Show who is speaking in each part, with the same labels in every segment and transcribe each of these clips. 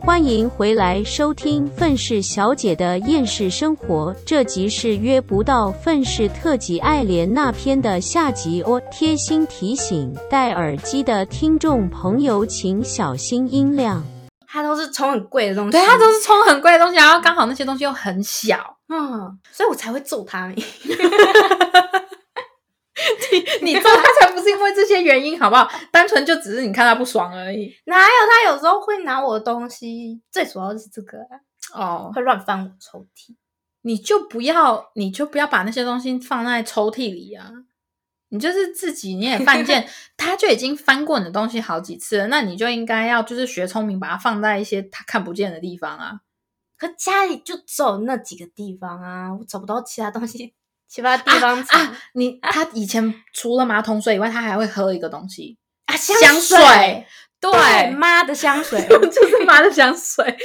Speaker 1: 欢迎回来收听《愤世小姐的厌世生活》，这集是约不到愤世特辑爱莲那篇的下集哦。贴心提醒：戴耳机的听众朋友请小心音量。
Speaker 2: 它都是冲很贵的东西，
Speaker 3: 对，它都是充很贵的东西，然后刚好那些东西又很小。
Speaker 2: 嗯，所以我才会揍他。
Speaker 3: 你做它才不是因为这些原因，好不好？单纯就只是你看他不爽而已。
Speaker 2: 哪有他有时候会拿我的东西，最主要是这个啊、
Speaker 3: 哦，
Speaker 2: 会乱翻我抽屉。
Speaker 3: 你就不要，你就不要把那些东西放在抽屉里啊。你就是自己你也犯贱， 他就已经翻过你的东西好几次了，那你就应该要就是学聪明，把它放在一些他看不见的地方啊。
Speaker 2: 可家里就只有那几个地方啊，我找不到其他东西，其他地方藏
Speaker 3: 啊， 你他以前除了马桶水以外，他还会喝一个东西，
Speaker 2: 啊
Speaker 3: 香
Speaker 2: 水，
Speaker 3: 水对，
Speaker 2: 对，妈的香水，
Speaker 3: 就是妈的香水。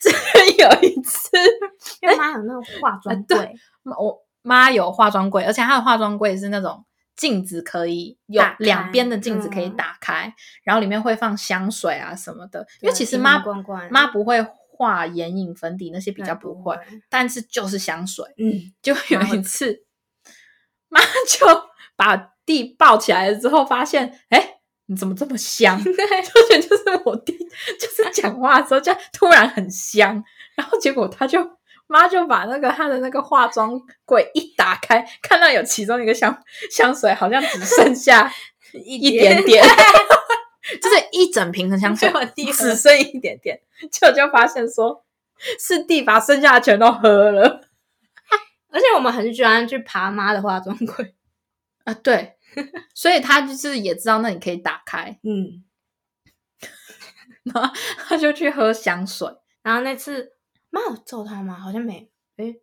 Speaker 3: 真的有一次，
Speaker 2: 因为妈有那种化妆
Speaker 3: 啊
Speaker 2: 柜，
Speaker 3: 我妈有化妆柜，而且她的化妆柜是那种镜子可以有
Speaker 2: 打开
Speaker 3: 两边的镜子可以
Speaker 2: 嗯
Speaker 3: 打开，然后里面会放香水啊什么的。因为
Speaker 2: 对
Speaker 3: 其实
Speaker 2: 瓶
Speaker 3: 妈
Speaker 2: 瓶罐罐
Speaker 3: 妈不会画眼影、粉底那些比
Speaker 2: 对
Speaker 3: 较不会，，
Speaker 2: 不
Speaker 3: 但是就是香水。
Speaker 2: 嗯，
Speaker 3: 就有
Speaker 2: 妈会
Speaker 3: 一次，妈就把弟抱起来了之后，发现哎。诶你怎么这么香？ 就觉得就是我弟，就是 讲话的时候就突然很香，然后结果他就妈就把那个他的那个化妆柜一打开，看到有其中一个香香水，好像只 剩下一点点， 就是一整瓶的香水
Speaker 2: 结果弟，喝
Speaker 3: 只剩一点点，就就发现说是弟把剩下的全都喝了。
Speaker 2: 而且我们很喜欢去爬妈的化妆柜，
Speaker 3: 啊，对，所以他就是也知道那里可以打开，
Speaker 2: 嗯，
Speaker 3: 然后他就去喝香水。
Speaker 2: 然后那次妈有揍他吗？好像没，诶，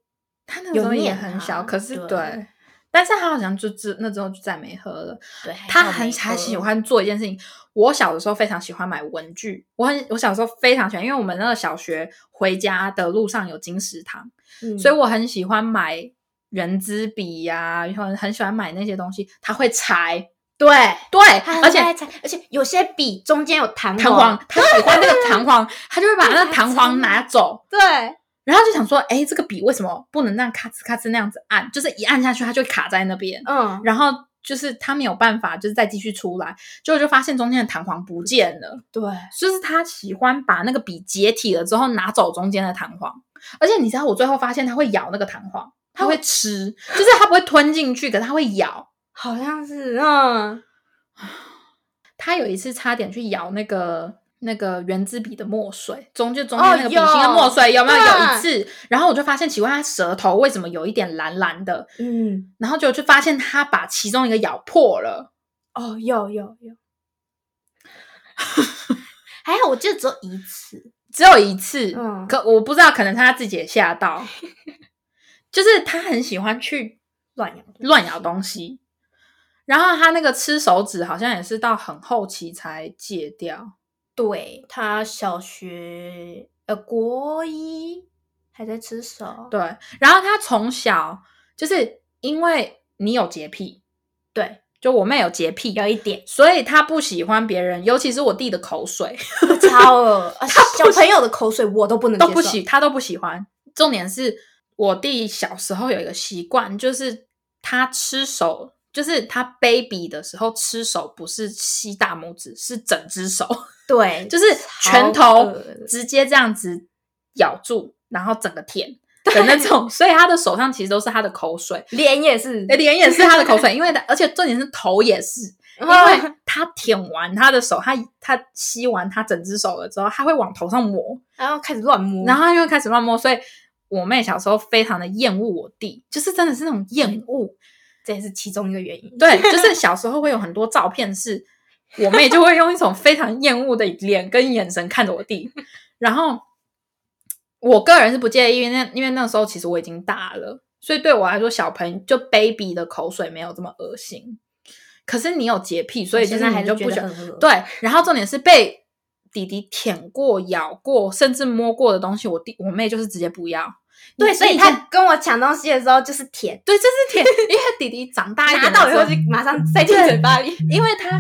Speaker 3: 他那个时候
Speaker 2: 有
Speaker 3: 也
Speaker 2: 念
Speaker 3: 很
Speaker 2: 他
Speaker 3: 小，可是
Speaker 2: 对
Speaker 3: 对，但是他好像就之那之后就再没喝了。
Speaker 2: 对，
Speaker 3: 他
Speaker 2: 还好
Speaker 3: 很
Speaker 2: 没
Speaker 3: 还
Speaker 2: 喝
Speaker 3: 喜，欢做一件事情。我小的时候非常喜欢买文具，我很我小时候非常喜欢，因为我们那个小学回家的路上有金石堂，
Speaker 2: 嗯
Speaker 3: 所以我很喜欢买圆珠笔呀、然后很喜欢买那些东西。他会拆，
Speaker 2: 对，
Speaker 3: 对，
Speaker 2: 他
Speaker 3: 而
Speaker 2: 很
Speaker 3: 且
Speaker 2: 爱踩而且有些笔中间有弹
Speaker 3: 弹簧，他喜欢那个弹簧， 他就会把那个弹簧拿走，
Speaker 2: 对，
Speaker 3: 然后就想说，哎，这个笔为什么不能让咔哧咔哧那样子按？就是一按下去，它就会卡在那边，
Speaker 2: 嗯，
Speaker 3: 然后就是他没有办法，就是再继续出来，结果就发现中间的弹簧不见了，
Speaker 2: 对，
Speaker 3: 就是他喜欢把那个笔解体了之后拿走中间的弹簧，而且你知道，我最后发现他会咬那个弹簧，他会吃，就是他不会吞进去，可是他会咬。
Speaker 2: 好像是，嗯，
Speaker 3: 他有一次差点去咬那个那个圆珠笔的墨水，中就中
Speaker 2: 哦
Speaker 3: 间那个笔芯的
Speaker 2: 有
Speaker 3: 墨水、有没有
Speaker 2: 对
Speaker 3: 有一次？然后我就发现奇怪，他舌头为什么有一点蓝蓝的？
Speaker 2: 嗯，
Speaker 3: 然后就就发现他把其中一个咬破了。
Speaker 2: 哦，有有有， 还好我记得只有一次，
Speaker 3: 只有一次，
Speaker 2: 嗯
Speaker 3: 可我不知道，可能他自己也吓到， 就是他很喜欢去
Speaker 2: 乱咬，
Speaker 3: 乱咬东西，然后他那个吃手指好像也是到很后期才戒掉，
Speaker 2: 对他小学呃国一还在吃手，
Speaker 3: 对，然后他从小就是因为你有洁癖，
Speaker 2: 对，
Speaker 3: 就我妹有洁癖，
Speaker 2: 有一点
Speaker 3: 所以她不喜欢别人，尤其是我弟的口水
Speaker 2: 超恶，啊小朋友的口水我都不能
Speaker 3: 都不
Speaker 2: 接受
Speaker 3: 喜，她都不喜欢。重点是我弟小时候有一个习惯，就是他吃手，就是他 baby 的时候吃手不是吸大拇指，是整只手，
Speaker 2: 对，
Speaker 3: 就是拳头
Speaker 2: 超恶
Speaker 3: 直接这样子咬住，然后整个舔的那种，所以他的手上其实都是呃他的口水。
Speaker 2: 脸也是，
Speaker 3: 诶脸也是他的口 水，因为他而且重点是头也是，因为他舔完他的手，他他吸完他整只手了之后，他会往头上抹，
Speaker 2: 然后开始乱摸，
Speaker 3: 然后他就会开始乱摸。所以我妹小时候非常的厌恶我弟， 就是真的是那种厌恶。
Speaker 2: 这也是其中一个原因，
Speaker 3: 对，就是小时候会有很多照片是，我妹就会用一种非常厌恶的脸跟眼神看着我 弟，然后我个人是不介意，因为那因为那时候其实我已经大了，所以对我来说，小朋友就 baby 的口水没有这么恶心。可是你有洁癖，所以
Speaker 2: 现
Speaker 3: 现
Speaker 2: 在
Speaker 3: 在
Speaker 2: 还
Speaker 3: 你
Speaker 2: 是
Speaker 3: 就
Speaker 2: 觉
Speaker 3: 不
Speaker 2: 得
Speaker 3: 喜欢。
Speaker 2: 很恶，
Speaker 3: 对，然后重点是被弟弟舔过、咬过，甚至摸过的东西，我弟我妹就是直接不要。
Speaker 2: 对，
Speaker 3: 你
Speaker 2: 所以
Speaker 3: 你看
Speaker 2: 他跟我抢东西的时候就是舔，
Speaker 3: 对，就是舔，因为弟弟长大一
Speaker 2: 拿
Speaker 3: 点
Speaker 2: 到
Speaker 3: 的
Speaker 2: 以
Speaker 3: 时
Speaker 2: 后
Speaker 3: 候
Speaker 2: 就马上塞进
Speaker 3: 对
Speaker 2: 嘴巴里。
Speaker 3: 因为他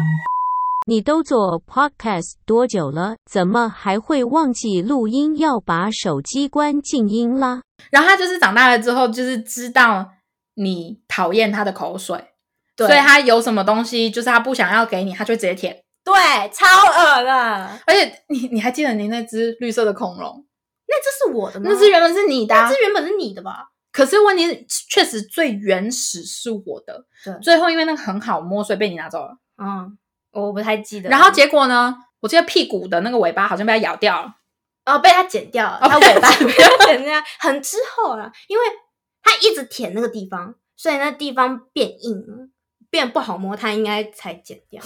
Speaker 1: 你都做 podcast 多久了？怎么还会忘记录音？要把手机关静音啦？
Speaker 3: 然后他就是长大了之后，就是知道你讨厌他的口水，
Speaker 2: 对
Speaker 3: 所以他有什么东西就是他不想要给你，他就直接舔。
Speaker 2: 对，超恶的。
Speaker 3: 而且你你还记得你那只绿色的恐龙，
Speaker 2: 那这是我的吗？
Speaker 3: 那只原本是你的啊、
Speaker 2: 那只原本是你的吧？
Speaker 3: 可是问题是确实最原始是我的，
Speaker 2: 对
Speaker 3: 最后因为那个很好摸，所以被你拿走了。
Speaker 2: 嗯，我不太记得。
Speaker 3: 啊然后结果呢？我记得屁股的那个尾巴好像被它咬掉了，
Speaker 2: 哦，被它剪掉了，
Speaker 3: 哦
Speaker 2: 它
Speaker 3: 被
Speaker 2: 尾
Speaker 3: 它
Speaker 2: 巴
Speaker 3: 剪
Speaker 2: 被它剪掉，很之后了，因为它一直舔那个地方，所以那地方变硬了，变不好摸，它应该才剪 掉。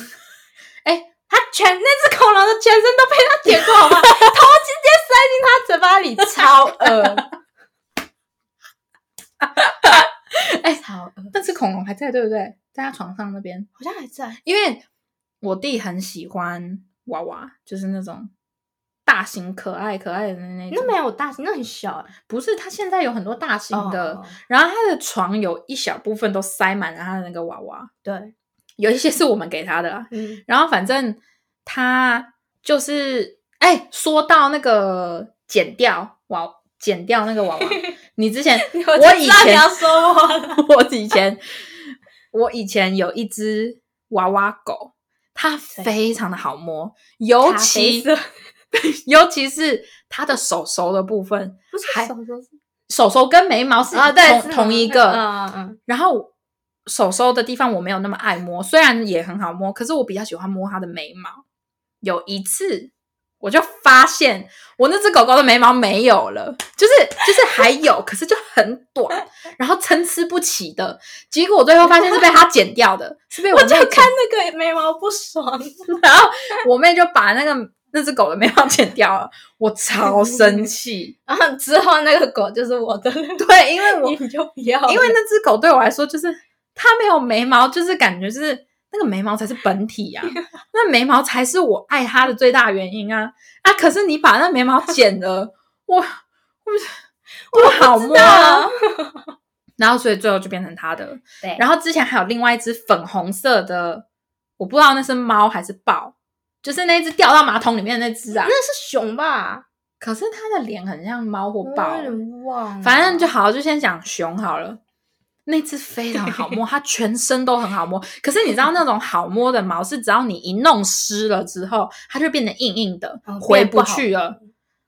Speaker 3: 哎
Speaker 2: 它全那只恐龙的全身都被它舔过，好 吗？头直接塞进它嘴巴里，超恶。
Speaker 3: 哎
Speaker 2: 超恶，
Speaker 3: 那只恐龙还在对不对？在他床上那边，
Speaker 2: 好像还在。
Speaker 3: 因为我弟很喜欢娃娃，就是那种大型可爱可爱的那种。
Speaker 2: 那没有大型，那很小欸，
Speaker 3: 不是，他现在有很多大型的，
Speaker 2: 哦
Speaker 3: 然后他的床有一小部分都塞满了他的那个娃娃，
Speaker 2: 对，
Speaker 3: 有一些是我们给他的啊、
Speaker 2: 嗯，
Speaker 3: 然后反正他就是，哎、说到那个剪掉娃，剪掉那个 娃娃，你之前
Speaker 2: 我
Speaker 3: 我以前
Speaker 2: 说我了，
Speaker 3: 我以前我以前有一只娃娃狗，它非常的好摸，尤其
Speaker 2: 咖
Speaker 3: 尤其是它的手手的部分，
Speaker 2: 不是
Speaker 3: 还
Speaker 2: 手手
Speaker 3: 手手跟眉毛是
Speaker 2: 啊，对，
Speaker 3: 同
Speaker 2: 是
Speaker 3: 同一个，
Speaker 2: 嗯嗯
Speaker 3: 然后。手手的地方我没有那么爱摸，虽然也很好摸，可是我比较喜欢摸它的眉毛。有一次，我就发现我那只狗狗的眉毛没有了，就是就是还有，可是就很短，然后参差不齐的。结果我最后发现是被它剪 掉的，是被
Speaker 2: 嗯，
Speaker 3: 我妹剪
Speaker 2: 那个眉毛不爽，
Speaker 3: 然后我妹就把那个那只狗的眉毛剪掉了，我超生气。
Speaker 2: 然后之后那个狗就是我的了，
Speaker 3: 对，因为我
Speaker 2: 你就不要了，
Speaker 3: 因为那只狗对我来说，就是它没有眉毛，就是感觉就是那个眉毛才是本体啊，那眉毛才是我爱它的最大原因啊啊！可是你把那眉毛剪了，我我不好摸啊。然后所以最后就变成它的。
Speaker 2: 对，
Speaker 3: 然后之前还有另外一只粉红色的，我不知道那是猫还是豹，就是那只掉到马桶里面的那只啊。
Speaker 2: 那是熊吧？
Speaker 3: 可是它的脸很像猫或豹、
Speaker 2: 我有点忘了，
Speaker 3: 反正就好，就先讲熊好了。那只非常好摸，它全身都很好摸。可是你知道那种好摸的毛是，只要你一弄湿了之后，它就变得硬硬的，
Speaker 2: 哦
Speaker 3: 回
Speaker 2: 变不
Speaker 3: 不
Speaker 2: 好
Speaker 3: 去了，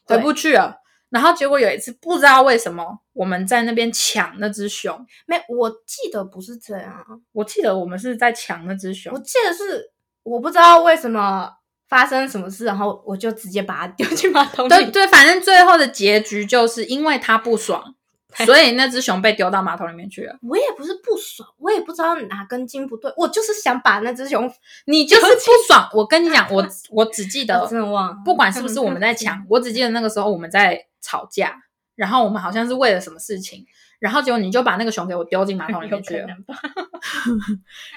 Speaker 2: 对
Speaker 3: 回不去了。然后结果有一次，不知道为什么我们在那边抢那只熊，
Speaker 2: 没，我记得不是这样，
Speaker 3: 我记得我们是在抢那只
Speaker 2: 我
Speaker 3: 熊，
Speaker 2: 记得是我不知道为什么发生什么事，然后我就直接把它丢 进马桶里，
Speaker 3: 对对，反正最后的结局就是因为它不爽，
Speaker 2: 对
Speaker 3: 所以那只熊被丢到马桶里面去了。
Speaker 2: 我也不是不爽，我也不知道哪根筋不对，我就是想把那只熊，
Speaker 3: 你就是不爽，我跟你讲，我我只记得
Speaker 2: 我真的忘了，
Speaker 3: 不管是不是我们在抢，我只记得那个时候我们在吵架，然后我们好像是为了什么事情，然后结果你就把那个熊给我丢进马桶里
Speaker 2: 有
Speaker 3: 面
Speaker 2: 可
Speaker 3: 去了。
Speaker 2: 能吧？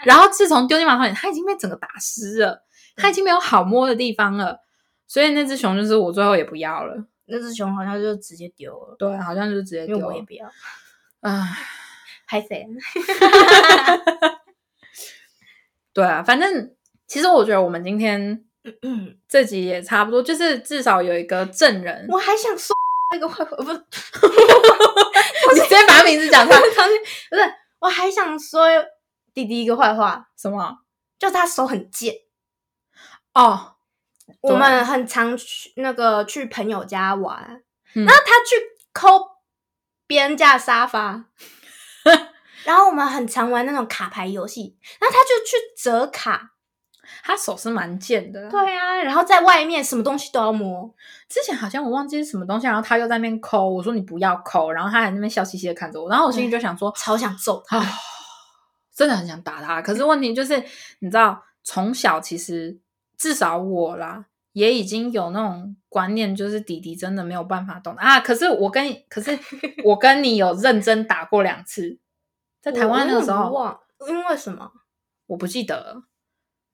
Speaker 3: 然后自从丢进马桶里，它已经被整个打湿了，它已经没有好摸的地方了，所以那只熊就是我最后也不要了。
Speaker 2: 那只熊好像就直接丢了，
Speaker 3: 对，好像就是直接
Speaker 2: 因为
Speaker 3: 丢
Speaker 2: 我也
Speaker 3: 了。
Speaker 2: 不要，
Speaker 3: 唉，
Speaker 2: 拍谁？
Speaker 3: 对啊，反正其实我觉得我们今天
Speaker 2: 嗯。
Speaker 3: 这集也差不多，就是至少有一个证人，
Speaker 2: 我还想说那个坏话，不是
Speaker 3: 你直接把他名字讲出来，
Speaker 2: 不是，我还想说弟弟一个坏话，
Speaker 3: 什么？
Speaker 2: 就是他手很贱。
Speaker 3: 哦，
Speaker 2: 我们很常去那个去朋友家玩，
Speaker 3: 嗯
Speaker 2: 然后他去抠别人家的沙发， 然后我们很常玩那种卡牌游戏，然后他就去折卡。
Speaker 3: 他手是蛮贱的。
Speaker 2: 对啊，然后在外面什么东西都要摸，
Speaker 3: 之前好像我忘记是什么东西，然后他又在那边抠，我说你不要抠，然后他还在那边笑嘻嘻的看着我，然后
Speaker 2: 嗯
Speaker 3: 我心里就想说，
Speaker 2: 超想揍他。
Speaker 3: 啊，真的很想打他，可是问题就是，你知道，从小其实至少我啦，也已经有那种观念，就是弟弟真的没有办法懂啊。可是我跟，可是我跟你有认真打过两次，在台湾那个时
Speaker 2: 我我有点
Speaker 3: 候，
Speaker 2: 忘，因为什么？
Speaker 3: 我不记得了。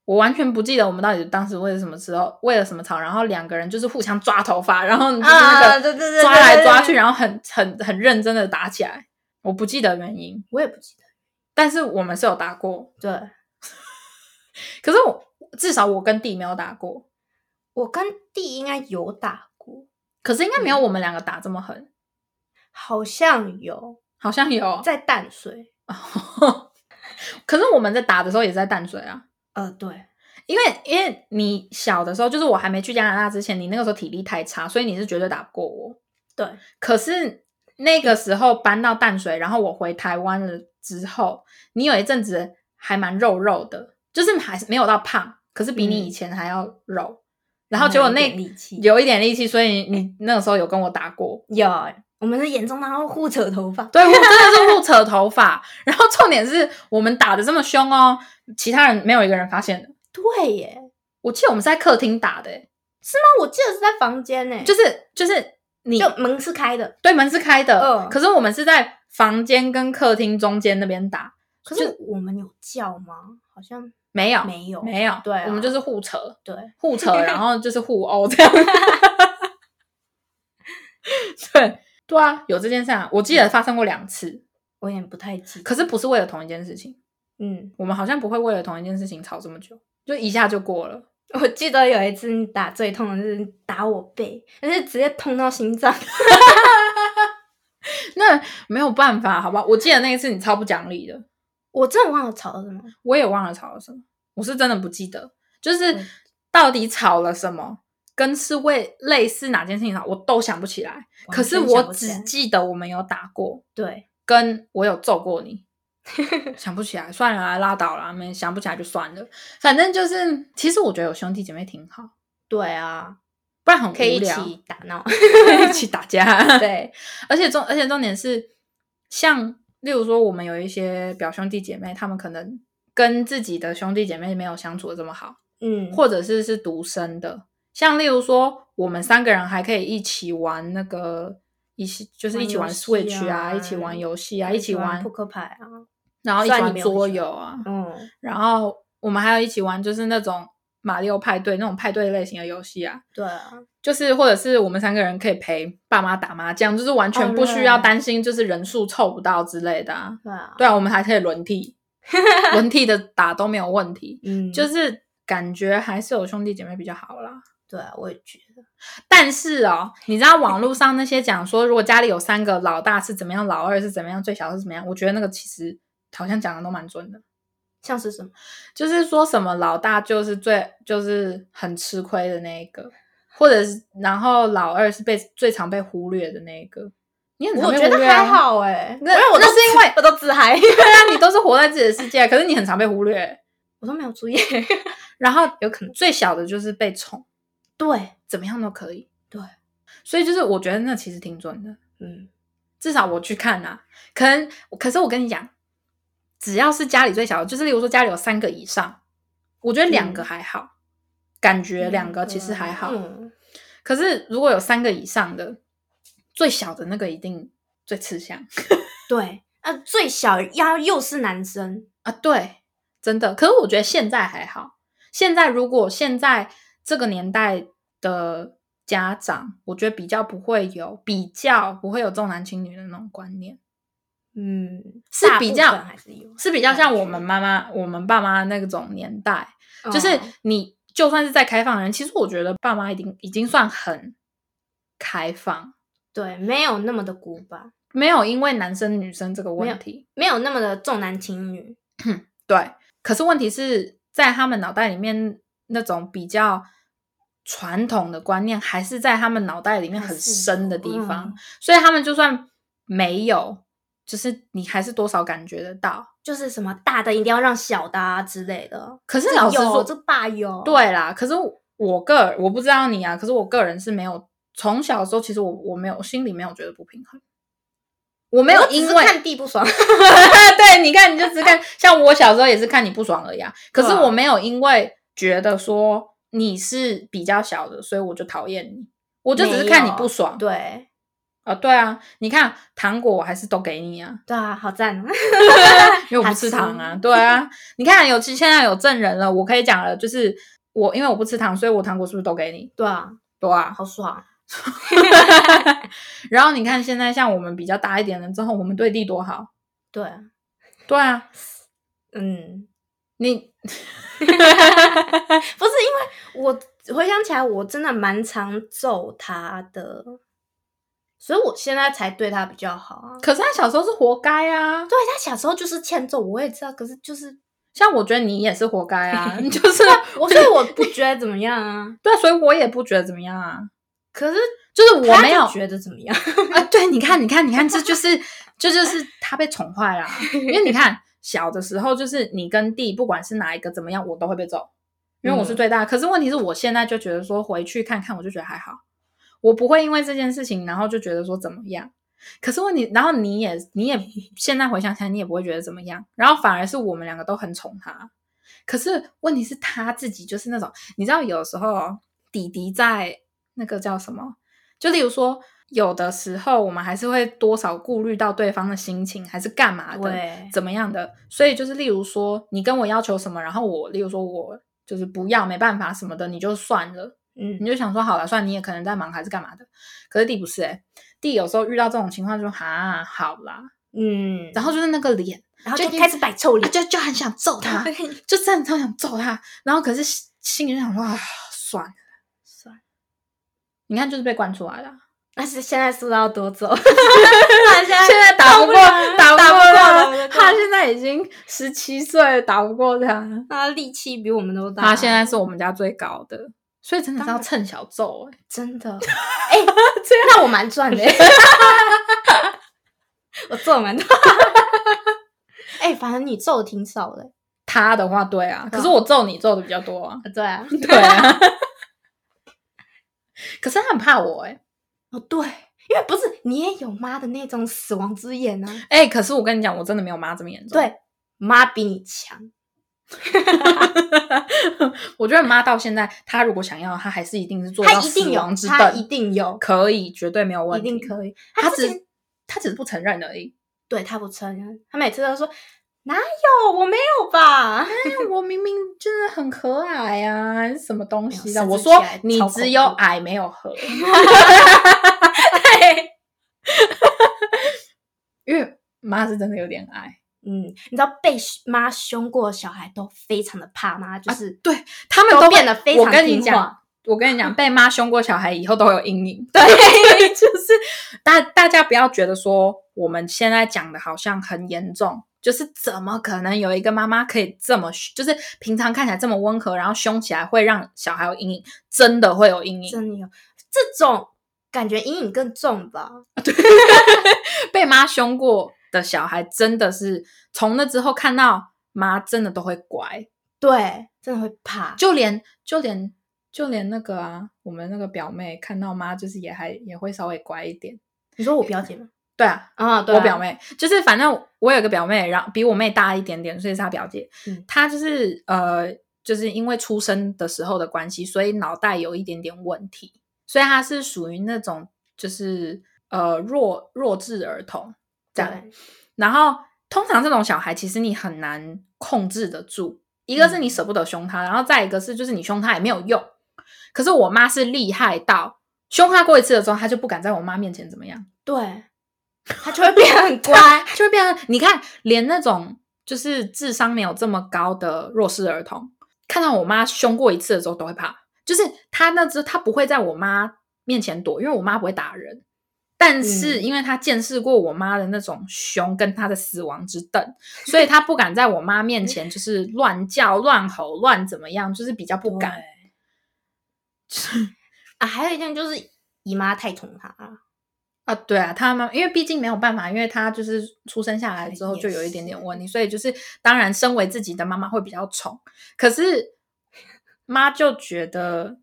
Speaker 3: 我完全不记得我们到底当时为了什么时候为了什么吵，然后两个人就是互相抓头发，然后就是那个、
Speaker 2: 啊，对对对，
Speaker 3: 抓来抓去，
Speaker 2: 后
Speaker 3: 然后很很很认真的打起来。我不记得原因，
Speaker 2: 我也不记得。
Speaker 3: 但是我们是有打过。
Speaker 2: 对，
Speaker 3: 可是我至少我跟弟没有打过，
Speaker 2: 我跟弟应该有打过，
Speaker 3: 可是应该没有
Speaker 2: 嗯
Speaker 3: 我们两个打这么狠，
Speaker 2: 好像有
Speaker 3: 好像有。
Speaker 2: 在淡水。
Speaker 3: 可是我们在打的时候也在淡水啊，
Speaker 2: 呃，对，
Speaker 3: 因为因为你小的时候，就是我还没去加拿大之前，你那个时候体力太差，所以你是绝对打不过我。
Speaker 2: 对，
Speaker 3: 可是那个时候搬到淡水，然后我回台湾了之后，你有一阵子还蛮肉肉的，就是还是没有到胖，可是比你
Speaker 2: 嗯哦
Speaker 3: 以前还要肉。然后结果
Speaker 2: 有
Speaker 3: 那
Speaker 2: 一点力气嗯
Speaker 3: 有一点力气，所以你那个时候有跟我打过。
Speaker 2: 有，我们是严重到互扯头发。
Speaker 3: 对我真的是互扯头发，然后重点是我们打的这么凶哦，其他人没有一个人发现的。
Speaker 2: 对耶，
Speaker 3: 我记得我们是在客厅打的、欸，
Speaker 2: 那我记得是在房间呢，
Speaker 3: 就是是就是你
Speaker 2: 就门是开的，
Speaker 3: 对门是开的，
Speaker 2: 嗯
Speaker 3: 可是我们是在房间跟客厅中间那边打，
Speaker 2: 可是我们有叫吗？好像
Speaker 3: 没有
Speaker 2: 没有，
Speaker 3: 没有，
Speaker 2: 对啊
Speaker 3: 我们就是互扯
Speaker 2: 对，
Speaker 3: 互扯，然后就是互殴这样。 对对啊，有这件事啊，我记得发生过两次，
Speaker 2: 我也不太记得。
Speaker 3: 可是不是为了同一件事情，
Speaker 2: 嗯，
Speaker 3: 我们好像不会为了同一件事情吵这么久，就一下就过了。
Speaker 2: 我记得有一次你打最痛的是打我背，但是直接痛到心脏。
Speaker 3: 那没有办法，好吧？我记得那一次你超不讲理的，
Speaker 2: 我真的忘了吵了什么，
Speaker 3: 我也忘了吵了什么，我是真的不记得，就是
Speaker 2: 嗯
Speaker 3: 到底吵了什么，跟是为类似哪件事情吵，我都想不起来。
Speaker 2: 完
Speaker 3: 可是
Speaker 2: 全想
Speaker 3: 我
Speaker 2: 不起来
Speaker 3: 只记得我们有打过，
Speaker 2: 对，
Speaker 3: 跟我有揍过你， 想不起来，算了啦，拉倒啦，没想不起来就算了。反正就是，其实我觉得有兄弟姐妹挺好，
Speaker 2: 对啊，
Speaker 3: 不然很无聊
Speaker 2: 可以一起打 闹。
Speaker 3: 一起打 架。
Speaker 2: 对，
Speaker 3: 而且重而且重点是，像例如说，我们有一些表兄弟姐妹，他们可能跟自己的兄弟姐妹没有相处的这么好，
Speaker 2: 嗯，
Speaker 3: 或者是是独生的。像例如说，我们三个人还可以一起玩那个。一起就是一起玩
Speaker 2: 玩游戏
Speaker 3: Switch 啊，
Speaker 2: 啊
Speaker 3: 一起玩游戏啊，
Speaker 2: 一
Speaker 3: 一
Speaker 2: 起
Speaker 3: 起
Speaker 2: 玩
Speaker 3: 玩
Speaker 2: 扑克牌啊，
Speaker 3: 然后一
Speaker 2: 虽
Speaker 3: 起
Speaker 2: 然你
Speaker 3: 玩
Speaker 2: 没有
Speaker 3: 桌
Speaker 2: 很喜欢
Speaker 3: 游啊，
Speaker 2: 嗯，
Speaker 3: 然后我们还要一起玩就是那种马里奥派对那种派对类型的游戏啊，
Speaker 2: 对啊，
Speaker 3: 就是或者是我们三个人可以陪爸妈打麻将，就是完
Speaker 2: 哦
Speaker 3: 全不需要担心就是人数凑不到之类的、啊。
Speaker 2: 对啊，
Speaker 3: 对啊，我们还可以轮替，轮替的打都没有问题，
Speaker 2: 嗯，
Speaker 3: 就是感觉还是有兄弟姐妹比较好啦。
Speaker 2: 对啊，我也觉得，
Speaker 3: 但是哦，你知道网络上那些讲说，如果家里有三个老大是怎么样，老二是怎么样，最小是怎么样，我觉得那个其实好像讲的都蛮准的。
Speaker 2: 像是什么？
Speaker 3: 就是说什么老大就是最就是很吃亏的那一个，或者是然后老二是被最常被忽略的那一个。你很常
Speaker 2: 我
Speaker 3: 被
Speaker 2: 觉
Speaker 3: 忽
Speaker 2: 得
Speaker 3: 略
Speaker 2: 还
Speaker 3: 啊，
Speaker 2: 好哎，
Speaker 3: 那
Speaker 2: 因为我都
Speaker 3: 那是因为
Speaker 2: 我都自嗨，
Speaker 3: 对啊，你都是活在自己的世界，啊可是你很常被忽略。
Speaker 2: 我都没有注 意。
Speaker 3: 然后
Speaker 2: 有可能
Speaker 3: 最小的就是被宠，
Speaker 2: 对，
Speaker 3: 怎么样都可以。
Speaker 2: 对，
Speaker 3: 所以就是我觉得那其实挺准的，
Speaker 2: 嗯，
Speaker 3: 至少我去看啊，可能可是我跟你讲，只要是家里最小的，就是例如说家里有三个以上，我觉得两个
Speaker 2: 嗯
Speaker 3: 还好，感觉两个其实还好。
Speaker 2: 嗯，
Speaker 3: 可是如果有三个以上的，最小的那个一定最吃香
Speaker 2: 对，啊，最小要又是男生，
Speaker 3: 啊！对，真的。可是我觉得现在还好，现在如果现在这个年代的家长，我觉得比较不会有比较不会有重男轻女的那种观念，
Speaker 2: 嗯，
Speaker 3: 是
Speaker 2: 大
Speaker 3: 比
Speaker 2: 部
Speaker 3: 较
Speaker 2: 分还是有，
Speaker 3: 是比较像我们
Speaker 2: 感
Speaker 3: 妈妈、我们爸妈那种年代，
Speaker 2: 觉
Speaker 3: 就是
Speaker 2: 嗯
Speaker 3: 你就算是在开放的人，其实我觉得爸妈已经已经算很开放，
Speaker 2: 对，没有那么的古板，
Speaker 3: 没有因为男生女生这个
Speaker 2: 没有
Speaker 3: 问题。
Speaker 2: 没有那么的重男轻女，
Speaker 3: 对，可是问题是在他们脑袋里面那种比较传统的观念，还是在他们脑袋里面
Speaker 2: 还
Speaker 3: 很
Speaker 2: 是
Speaker 3: 深的
Speaker 2: 有
Speaker 3: 地方，
Speaker 2: 嗯
Speaker 3: 所以他们就算没有，就是你还是多少感觉得到。
Speaker 2: 就是什么大的一定要让小的啊之类的。
Speaker 3: 可是
Speaker 2: 这
Speaker 3: 老实
Speaker 2: 有
Speaker 3: 说，
Speaker 2: 这爸有，
Speaker 3: 对啦，可是我个我不知道你啊，可是我个人是没有从小的时候，其实我我没有我心里没有觉得不平衡，我没有
Speaker 2: 我只
Speaker 3: 因
Speaker 2: 是
Speaker 3: 为
Speaker 2: 看地不 爽，
Speaker 3: 对，你看，你就只看，像我小时候也是看你不爽而已啊。可是
Speaker 2: 对啊
Speaker 3: 我没有因为觉得说你是比较小的，所以我就讨厌你，我就只是看你不爽。
Speaker 2: 对
Speaker 3: 啊、对啊，你看糖果我还是都给你啊，
Speaker 2: 对啊，好赞哦！
Speaker 3: 因为我不吃糖啊。对啊，你看有现在有证人了，我可以讲了，就是我因为我不吃糖，所以我糖果是不是都给你？
Speaker 2: 对啊，
Speaker 3: 对啊。
Speaker 2: 好爽，
Speaker 3: 然后你看现在像我们比较大一点了之后，我们对弟多好。
Speaker 2: 对，
Speaker 3: 对啊，
Speaker 2: 嗯，
Speaker 3: 你
Speaker 2: 不是因为我回想起来，我真的蛮常揍他的，所以我现在才对他比较好啊。
Speaker 3: 可是他小时候是活该啊，
Speaker 2: 对他小时候就是欠揍，我也知道，可是就是
Speaker 3: 像我觉得你也是活该啊，你就是
Speaker 2: 我，所以我不觉得怎么样啊。
Speaker 3: 对，所以我也不觉得怎么样啊，
Speaker 2: 可是
Speaker 3: 就是我
Speaker 2: 他
Speaker 3: 没
Speaker 2: 就
Speaker 3: 有
Speaker 2: 觉得怎么样，
Speaker 3: 啊，对，你看，你看，你看，这就是，这就是他被宠 坏了啊、因为你看，小的时候就是你跟弟，不管是哪一个怎么样，我都会被揍，因为我
Speaker 2: 嗯
Speaker 3: 是最大的。可是问题是我现在就觉得说，回去看看，我就觉得还好，我不会因为这件事情，然后就觉得说怎么样。可是问题，然后你也，你也现在回想起来，你也不会觉得怎么样，然后反而是我们两个都很宠他。可是问题是，他自己就是那种，你知道，有时候弟弟在那个叫什么，就例如说，有的时候我们还是会多少顾虑到对方的心情，还是干嘛的
Speaker 2: 啊对，
Speaker 3: 怎么样的。所以就是，例如说，你跟我要求什么，然后我，例如说我就是不要，没办法什么的，你就算了，你
Speaker 2: 嗯，
Speaker 3: 就想说好了，算你也可能在忙还是干嘛的。可是弟不是哎、弟有时候遇到这种情况就哈好啦，
Speaker 2: 嗯，
Speaker 3: 然后就是那个脸，
Speaker 2: 然后
Speaker 3: 就
Speaker 2: 就开始摆臭
Speaker 3: 啊
Speaker 2: 脸，
Speaker 3: 就就很想 揍他，就真的超想揍他。然后可是心心里就想说啊，算了，
Speaker 2: 算了
Speaker 3: 你看就是被惯出来了啊。
Speaker 2: 但是现在是不是要多 揍？不然现在
Speaker 3: 现在打不过，打
Speaker 2: 打
Speaker 3: 不
Speaker 2: 哎不
Speaker 3: 过
Speaker 2: 过
Speaker 3: 他
Speaker 2: 了，
Speaker 3: 他现在已经十七岁，打不过他。
Speaker 2: 他力气比我们都大。
Speaker 3: 他现在是我们家最高的，所以真的是
Speaker 2: 啊当
Speaker 3: 要
Speaker 2: 然
Speaker 3: 趁小 揍哎、
Speaker 2: 真的，哎、那我蛮赚的、 我揍蛮多。哎、反正你揍的挺少的、
Speaker 3: 他的话，对啊，可是我揍你揍的比较多 啊。
Speaker 2: 对啊，
Speaker 3: 对啊，可是他很怕我哎、
Speaker 2: 哦对，因为不是你也有妈的那种死亡之眼啊，
Speaker 3: 哎、可是我跟你讲，我真的没有妈这么严重。
Speaker 2: 对，妈比你强，
Speaker 3: 我觉得妈到现在，她如果想要，她还是一定是做
Speaker 2: 她
Speaker 3: 到
Speaker 2: 一定
Speaker 3: 死
Speaker 2: 有
Speaker 3: 亡，之
Speaker 2: 她
Speaker 3: 等，
Speaker 2: 一定有，
Speaker 3: 可以，绝对没有问
Speaker 2: 一
Speaker 3: 题，
Speaker 2: 定可以。
Speaker 3: 她
Speaker 2: 她
Speaker 3: 只
Speaker 2: 之
Speaker 3: 是
Speaker 2: 前
Speaker 3: 她只是不承认而已。
Speaker 2: 对她不承认，她每次都说哪有，我没有吧。
Speaker 3: 但哎我明明真的很可矮呀、啊，什么东西的？
Speaker 2: 没有
Speaker 3: 我
Speaker 2: 甚
Speaker 3: 说
Speaker 2: 至
Speaker 3: 你
Speaker 2: 起来超恐怖
Speaker 3: 只有矮没 有 合，因为妈是真的有点矮，
Speaker 2: 嗯，你知道被妈凶过的小孩都非常的怕妈，就是、
Speaker 3: 对他们
Speaker 2: 都
Speaker 3: 会
Speaker 2: 变得非常
Speaker 3: 我跟你
Speaker 2: 听
Speaker 3: 讲
Speaker 2: 话，
Speaker 3: 我跟你讲，被妈凶过小孩以后都会有阴影。对， 就是大大家不要觉得说我们现在讲的好像很严重。就是怎么可能有一个妈妈可以这么，就是平常看起来这么温和，然后凶起来会让小孩有阴影，真的会有阴影。
Speaker 2: 真的有这种感觉，阴影更重吧？
Speaker 3: 被妈凶过的小孩，真的是从那之后看到妈真的都会乖，
Speaker 2: 对，真的会怕。
Speaker 3: 就连就连就连那个啊，我们那个表妹看到妈就是也还也会稍微乖一点。
Speaker 2: 你说我表姐吗？
Speaker 3: 对啊，
Speaker 2: 啊，对啊
Speaker 3: 我表，妹就是反正我有个表妹，然后比我妹大一点点，所以是她表姐。
Speaker 2: 嗯
Speaker 3: 她就是呃，就是因为出生的时候的关系，所以脑袋有一点点问题，所以她是属于那种就是呃弱弱智儿童这样。
Speaker 2: 对，
Speaker 3: 然后通常这种小孩，其实你很难控制得住。一个是
Speaker 2: 嗯
Speaker 3: 你舍不得凶他，然后再一个是就是你凶他也没有用。可是我妈是厉害到凶他过一次的时候，他就不敢在我妈面前怎么样，
Speaker 2: 对，她就会变得很乖。
Speaker 3: 乖，他就会变成你看，连那种就是智商没有这么高的弱势儿童，看到我妈凶过一次的时候都会怕，就是他那只他不会在我妈面前躲，因为我妈不会打人。但是，
Speaker 2: 嗯
Speaker 3: 因为他见识过我妈的那种凶跟她的死亡之等，所以他不敢在我妈面前就是乱叫、乱吼、乱怎么样，就是比较不敢。
Speaker 2: 啊，还有一件就是姨妈太宠她了，
Speaker 3: 啊，对啊，他妈，因为毕竟没有办法，因为他就是出生下来之后就有一点点问题，所以就是当然，身为自己的妈妈会比较宠，可是妈就觉得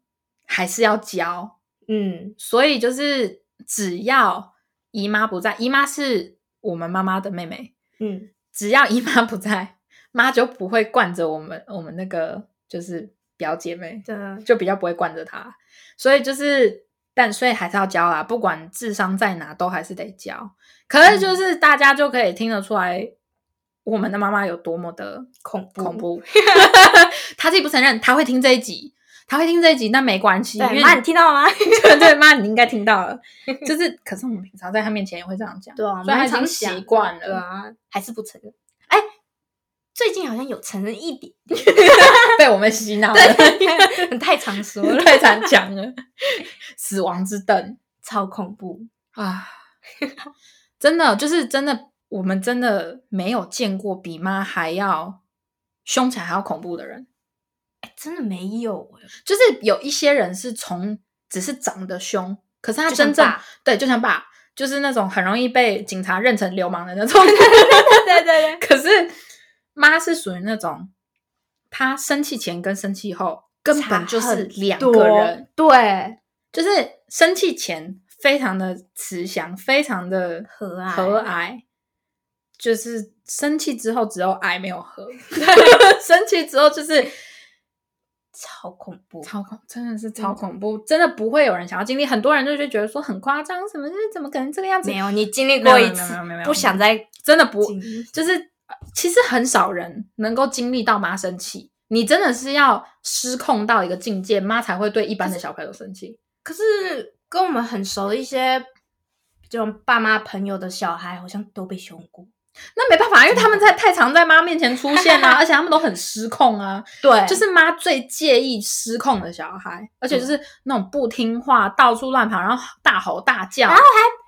Speaker 3: 还是要教，
Speaker 2: 嗯，
Speaker 3: 所以就是只要姨妈不在，姨妈是我们妈妈的妹妹，
Speaker 2: 嗯，
Speaker 3: 只要姨妈不在，妈就不会惯着我们，我们那个就是表姐妹，
Speaker 2: 对，
Speaker 3: 就比较不会惯着他，所以就是，但所以还是要教啊啦，不管智商在哪，都还是得教。可是
Speaker 2: 嗯
Speaker 3: 就是大家就可以听得出来，我们的妈妈有多么的
Speaker 2: 恐怖
Speaker 3: 恐怖。 他自己不承认，他会听这一集，他会听这一集，但没关系，因
Speaker 2: 对，
Speaker 3: 为
Speaker 2: 妈，你听到 吗？
Speaker 3: 对对妈，你应该听到了。就是，可是我们平常在他面前也会这样讲，
Speaker 2: 对啊，
Speaker 3: 所以他
Speaker 2: 蛮
Speaker 3: 已经
Speaker 2: 常想
Speaker 3: 习
Speaker 2: 的
Speaker 3: 惯
Speaker 2: 对
Speaker 3: 了。
Speaker 2: 啊，还是不承认。哎，最近好像有承认一点，
Speaker 3: 被我们洗脑 了，
Speaker 2: 对， 太常说了，
Speaker 3: 太常讲了， 死亡之灯
Speaker 2: 超恐怖。
Speaker 3: 啊，真的就是真的，我们真的没有见过比妈还要凶起来还要恐怖的人。
Speaker 2: 哎，真的没有哎，
Speaker 3: 就是有一些人是从只是长得凶，可是
Speaker 2: 就
Speaker 3: 他
Speaker 2: 像
Speaker 3: 真正
Speaker 2: 爸
Speaker 3: 对，就像爸，就是那种很容易被警察认成流氓的那 种。
Speaker 2: 对对对，
Speaker 3: 可是妈是属于那种，她生气前跟生气后根本就是两个人，
Speaker 2: 对
Speaker 3: 就是生气前非常的慈祥，非常的
Speaker 2: 和蔼
Speaker 3: 和蔼，就是生气之后只有爱没有 和，生气之后就是
Speaker 2: 超恐怖，
Speaker 3: 超恐，真的是超恐怖，真的不会有人想要经历。很多人就就觉得说很夸张，什么就是怎么可能这个样子？
Speaker 2: 没有你经历
Speaker 3: 没
Speaker 2: 过
Speaker 3: 有，没有
Speaker 2: 一次
Speaker 3: 没有没有，没有
Speaker 2: 不想再
Speaker 3: 真的不，
Speaker 2: 经历
Speaker 3: 就是呃其实很少人能够经历到妈生气。你真的是要失控到一个境界，妈才会对一般的小朋友生气。
Speaker 2: 可是跟我们很熟的一些这种爸妈朋友的小孩，好像都被凶过。
Speaker 3: 那没办法，因为他们在太常在妈面前出现 啊，而且他们都很失控啊。
Speaker 2: 对就
Speaker 3: 就是是妈最介意失控的小孩，而且就是那种不听话、到处乱跑，然后大吼大叫
Speaker 2: 然，后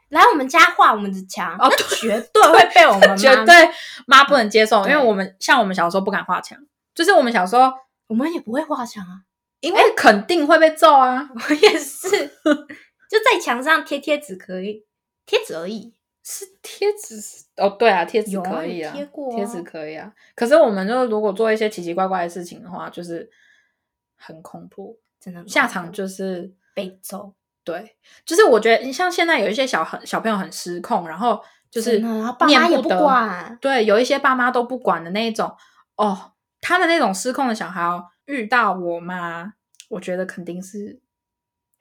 Speaker 2: 来我们家画我们的墙，
Speaker 3: 哦
Speaker 2: 那
Speaker 3: 对
Speaker 2: 绝对会被 我们妈
Speaker 3: 绝对嗯妈不能接受。因
Speaker 2: 对
Speaker 3: 为我们像我们小时候不敢画墙，就是我们小时候
Speaker 2: 我们也不会画墙啊，
Speaker 3: 因为肯定会被揍啊，
Speaker 2: 我也是，就在墙上贴贴纸可以，贴纸而已。
Speaker 3: 是贴纸是哦，对啊，贴纸
Speaker 2: 有啊
Speaker 3: 可以啊，
Speaker 2: 有贴过啊
Speaker 3: 贴纸可以啊。可是我们就如果做一些奇奇怪怪的事情的话，就是很恐怖，
Speaker 2: 真的
Speaker 3: 下场就是
Speaker 2: 被揍，
Speaker 3: 对，就是我觉得你像现在有一些小很小朋友很失控，然后就是
Speaker 2: 真的然后爸妈
Speaker 3: 念
Speaker 2: 也
Speaker 3: 不
Speaker 2: 不
Speaker 3: 得
Speaker 2: 管
Speaker 3: 对，有一些爸妈都不管的那一种。哦，他的那种失控的小孩、哦，遇到我妈，我觉得肯定 是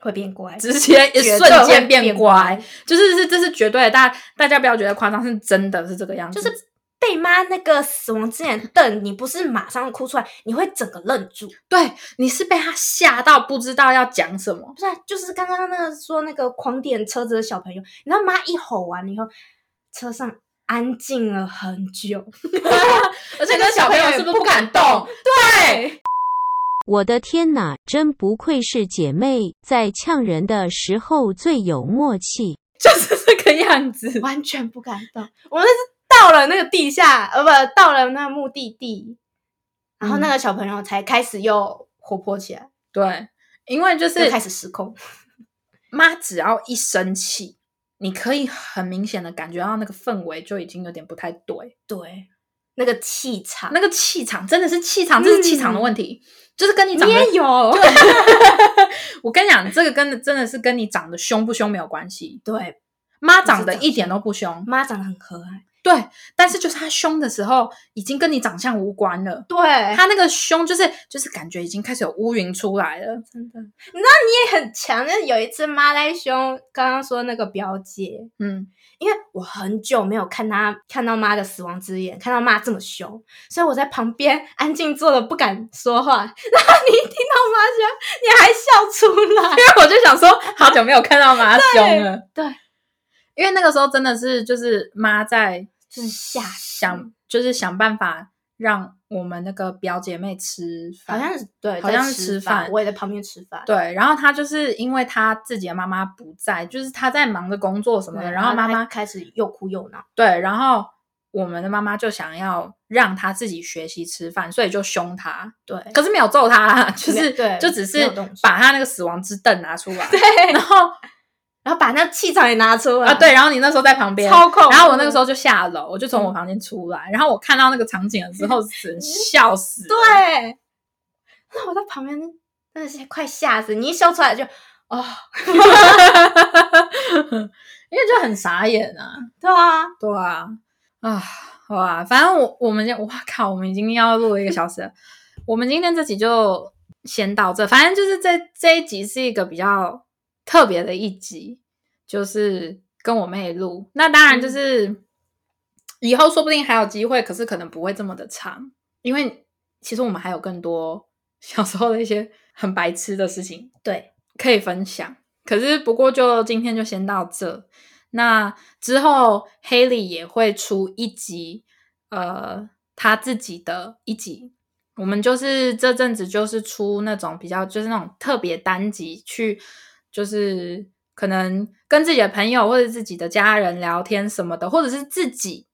Speaker 2: 会变乖，
Speaker 3: 直接一
Speaker 2: 绝对
Speaker 3: 瞬
Speaker 2: 会
Speaker 3: 间变
Speaker 2: 变
Speaker 3: 乖
Speaker 2: 乖，
Speaker 3: 就是是这是绝对的，大大家不要觉得夸张，是真的是这个样子，
Speaker 2: 就是被妈那个死亡之眼瞪你，不是马上哭出来，你会整个愣住。
Speaker 3: 对，你是被他吓到不知道要讲什么
Speaker 2: 不，是、啊，就是刚刚那个说那个狂点车子的小朋友，你知道妈一吼完以后，车上安静了很久，
Speaker 3: 而且
Speaker 2: 那
Speaker 3: 那
Speaker 2: 小
Speaker 3: 小
Speaker 2: 朋
Speaker 3: 朋
Speaker 2: 友
Speaker 3: 友
Speaker 2: 也
Speaker 3: 是不
Speaker 2: 不
Speaker 3: 是不敢动？对，
Speaker 1: 我的天哪，真不愧是姐妹，在呛人的时候最有默契。
Speaker 3: 就是这个样 子。
Speaker 2: 完全不敢动。我们是到了那个地下，呃，不，到了那个目的地，然后那个小朋友才开始又活泼起来，
Speaker 3: 对，因为就是
Speaker 2: 又开始失控。
Speaker 3: 妈只要一生气，你可以很明显的感觉到那个氛围就已经有点不太对，
Speaker 2: 对，那个气场，
Speaker 3: 那个气场真的是气场，这是气场的问题，就是跟你长
Speaker 2: 嗯你也
Speaker 3: 得。
Speaker 2: 有，
Speaker 3: 我跟你讲，这个跟的真的是跟你长得凶不凶没有关系。
Speaker 2: 对，
Speaker 3: 妈
Speaker 2: 是
Speaker 3: 长得
Speaker 2: 长
Speaker 3: 一点都不凶，
Speaker 2: 妈长得很和蔼，
Speaker 3: 对，但是就是她凶的时候，已经跟你长相无关了。
Speaker 2: 对，
Speaker 3: 她那个凶就是就是感觉已经开始有乌云出来了，
Speaker 2: 真的，你知道你也很强。就是有一次妈在凶刚刚说那个表姐，
Speaker 3: 嗯，
Speaker 2: 因为我很久没有看她看到妈的死亡之眼，看到妈这么凶，所以我在旁边安静坐着不敢说话。然后你一听到妈凶，你还笑出来，
Speaker 3: 因 为我就想说，好久没有看到妈凶了，
Speaker 2: 对，
Speaker 3: 因为那个时候真的是就是妈在
Speaker 2: 就是吓死，
Speaker 3: 想就是想办法让我们那个表姐妹吃
Speaker 2: 好
Speaker 3: 饭，
Speaker 2: 像是对，
Speaker 3: 好像
Speaker 2: 在
Speaker 3: 是
Speaker 2: 吃
Speaker 3: 吃饭
Speaker 2: 我也在旁边吃饭。
Speaker 3: 对，然后她就是因为她自己的妈妈不在，就是她在忙着工作什么的，
Speaker 2: 对
Speaker 3: 然后妈
Speaker 2: 她
Speaker 3: 妈
Speaker 2: 开始又哭又闹，
Speaker 3: 对，然后我们的妈妈就想要让她自己学习吃饭，所以就凶她，
Speaker 2: 对，
Speaker 3: 可是没有揍她啦，就
Speaker 2: 没
Speaker 3: 是
Speaker 2: 有对
Speaker 3: 就只
Speaker 2: 没
Speaker 3: 是
Speaker 2: 有动手
Speaker 3: 把她那个死亡之凳拿 出来，然后
Speaker 2: 然后把那气场也拿出来
Speaker 3: 啊对，然后你那时候在旁边，
Speaker 2: 超恐怖。
Speaker 3: 然后我那个时候就下楼，我就从我
Speaker 2: 哦嗯
Speaker 3: 房间出来，然后我看到那个场景了之后，只能笑死了，
Speaker 2: 对，那我在旁边真的是快吓死，你一笑出来就哦，
Speaker 3: 因为就很傻眼啊。
Speaker 2: 对啊，
Speaker 3: 对啊，啊，好啊，反正我我们今哇靠，我们已经要录一个小时了， 我们今天这集就先到这。反正就是这这一集是一个比较特别的一集，就是跟我妹录。那当然就是、以后说不定还有机会，可是可能不会这么的长，因为其实我们还有更多 小时候的一些很白痴的事情
Speaker 2: 对，
Speaker 3: 可以分享。可是不过就今天就先到这。那之后，黑莉也会出一集，呃，他自己的一集。我们就是这阵子就是出那种比较就是那种特别单集，去就是可能跟自己的朋友或者自己的家人聊天什么的，或者是自己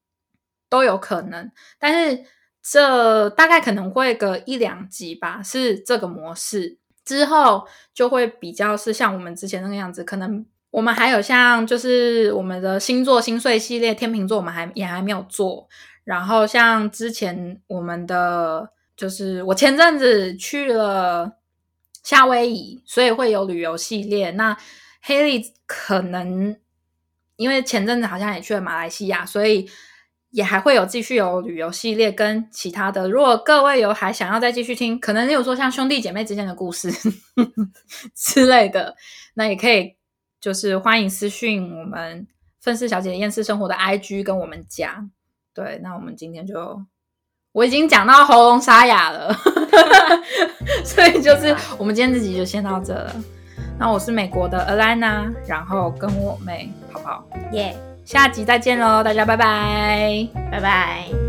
Speaker 3: 都有可能。但是这大概可能会个一两集吧，是这个模式。之后就会比较是像我们之前那个样子，可能我们还有像就是我们的星座心碎系列，天秤座我们还也还没有做。然后像之前我们的就是我前阵子去了夏威夷，所以会有旅游系列。那黑莉可能因为前阵子好像也去了马来西亚，所以也还会有继续有旅游系列跟其他的。如果各位有还想要再继续听，可能例如说像兄弟姐妹之间的故事 之类的，那也可以就是欢迎私讯我们愤世小姐的厌世生活的 IG 跟我们讲。对，那我们今天就我已经讲到喉咙沙哑了，所以就是我们今天这集就先到这了。那我是美国的 Alana，然后跟我妹泡泡，
Speaker 2: 耶，
Speaker 3: 下集再见喽，大家拜拜。
Speaker 2: 拜拜。